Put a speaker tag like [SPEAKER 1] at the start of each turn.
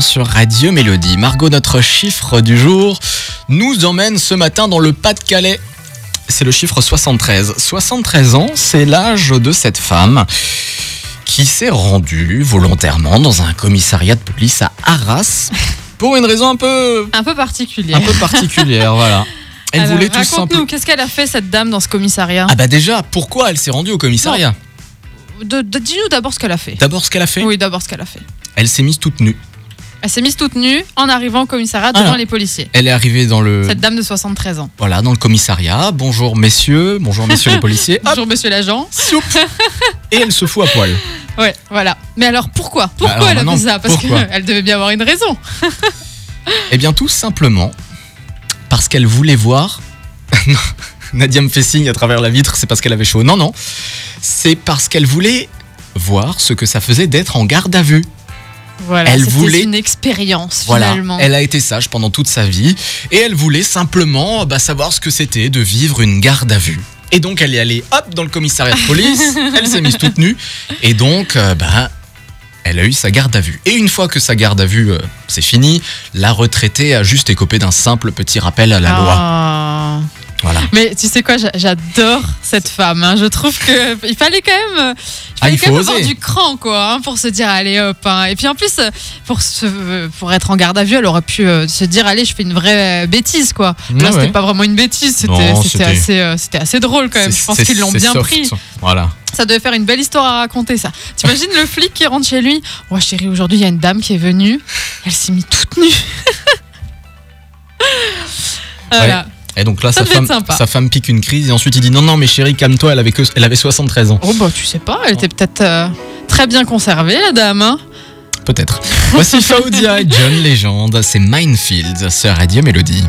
[SPEAKER 1] sur Radio Mélodie. Margot, notre chiffre du jour nous emmène ce matin dans le Pas-de-Calais. C'est le chiffre 73. 73 ans, c'est l'âge de cette femme qui s'est rendue volontairement dans un commissariat de police à Arras pour une raison un peu,
[SPEAKER 2] Un peu particulier.
[SPEAKER 1] un peu particulière. voilà. Ah, Elle
[SPEAKER 2] Alors,
[SPEAKER 1] voulait tout
[SPEAKER 2] Ah bah, Raconte-nous,
[SPEAKER 1] simplement.
[SPEAKER 2] qu'est-ce qu'elle a fait cette dame dans ce commissariat
[SPEAKER 1] Ah bah déjà, pourquoi elle s'est rendue au commissariat
[SPEAKER 2] De- de- Dis-nous d'abord ce qu'elle a fait.
[SPEAKER 1] D'abord ce qu'elle a fait,
[SPEAKER 2] Oui, d'abord ce qu'elle a fait.
[SPEAKER 1] elle s'est mise toute nue.
[SPEAKER 2] Elle s'est mise toute nue en arrivant au commissariat
[SPEAKER 1] Ah
[SPEAKER 2] devant
[SPEAKER 1] là.
[SPEAKER 2] les policiers.
[SPEAKER 1] Elle est arrivée dans le,
[SPEAKER 2] Cette dame de 73 ans.
[SPEAKER 1] voilà, dans le commissariat. Bonjour messieurs, bonjour messieurs les policiers. Hop,
[SPEAKER 2] Bonjour monsieur l'agent.
[SPEAKER 1] soupe. et elle se fout à poil.
[SPEAKER 2] Ouais, voilà. Mais alors pourquoi
[SPEAKER 1] Bah, alors,
[SPEAKER 2] Pourquoi elle a
[SPEAKER 1] maintenant,
[SPEAKER 2] fait ça Parce
[SPEAKER 1] pourquoi
[SPEAKER 2] qu'elle devait bien avoir une raison.
[SPEAKER 1] Eh bien, tout simplement parce qu'elle voulait voir. Non, Nadia me fait signe à travers la vitre, c'est parce qu'elle avait chaud. Non, non, c'est parce qu'elle voulait voir ce que ça faisait d'être en garde à vue.
[SPEAKER 2] Voilà,
[SPEAKER 1] Elle
[SPEAKER 2] c'était
[SPEAKER 1] voulait-
[SPEAKER 2] une expérience
[SPEAKER 1] Voilà,
[SPEAKER 2] finalement.
[SPEAKER 1] elle a été sage pendant toute sa vie et elle voulait simplement bah, savoir ce que c'était de vivre une garde à vue. Et donc elle est allée hop dans le commissariat de police, elle s'est mise toute nue et donc euh, bah, elle a eu sa garde à vue. Et une fois que sa garde à vue euh, c'est fini, la retraitée a juste écopé d'un simple petit rappel à la loi.
[SPEAKER 2] Ah.
[SPEAKER 1] Voilà.
[SPEAKER 2] Mais tu sais quoi, j'a- j'adore cette femme. hein. Je trouve que il fallait quand même, euh, il
[SPEAKER 1] Ah,
[SPEAKER 2] fallait
[SPEAKER 1] il
[SPEAKER 2] quand
[SPEAKER 1] faut
[SPEAKER 2] même avoir
[SPEAKER 1] oser.
[SPEAKER 2] du cran quoi, hein, pour se dire allez hop. hein. Et puis en plus, euh, pour se, euh, pour être en garde à vue, elle aurait pu euh, se dire allez, je fais une vraie euh, bêtise quoi. Là,
[SPEAKER 1] Ouais, ouais.
[SPEAKER 2] c'était pas vraiment une bêtise, c'était
[SPEAKER 1] Non,
[SPEAKER 2] c'était
[SPEAKER 1] c'était-
[SPEAKER 2] assez, euh, c'était assez drôle quand même.
[SPEAKER 1] C'est-
[SPEAKER 2] Je pense
[SPEAKER 1] c'est-
[SPEAKER 2] qu'ils l'ont
[SPEAKER 1] c'est
[SPEAKER 2] bien
[SPEAKER 1] soft.
[SPEAKER 2] pris.
[SPEAKER 1] Voilà.
[SPEAKER 2] Ça devait faire une belle histoire à raconter ça. T'imagines le flic qui rentre chez lui Ouais chérie, aujourd'hui il y a une dame qui est venue, elle s'est mise toute nue. voilà.
[SPEAKER 1] Et donc là,
[SPEAKER 2] Ça
[SPEAKER 1] sa,
[SPEAKER 2] devait être
[SPEAKER 1] femme,
[SPEAKER 2] sympa.
[SPEAKER 1] sa femme pique une crise et ensuite il dit non, non, mais chérie, calme-toi, elle avait, que, elle avait 73 ans.
[SPEAKER 2] Oh bah tu sais pas, elle était peut-être euh, très bien conservée la dame. hein.
[SPEAKER 1] Peut-être. Voici Faoudia et John Legend, c'est Minefield sur Radio Mélodie.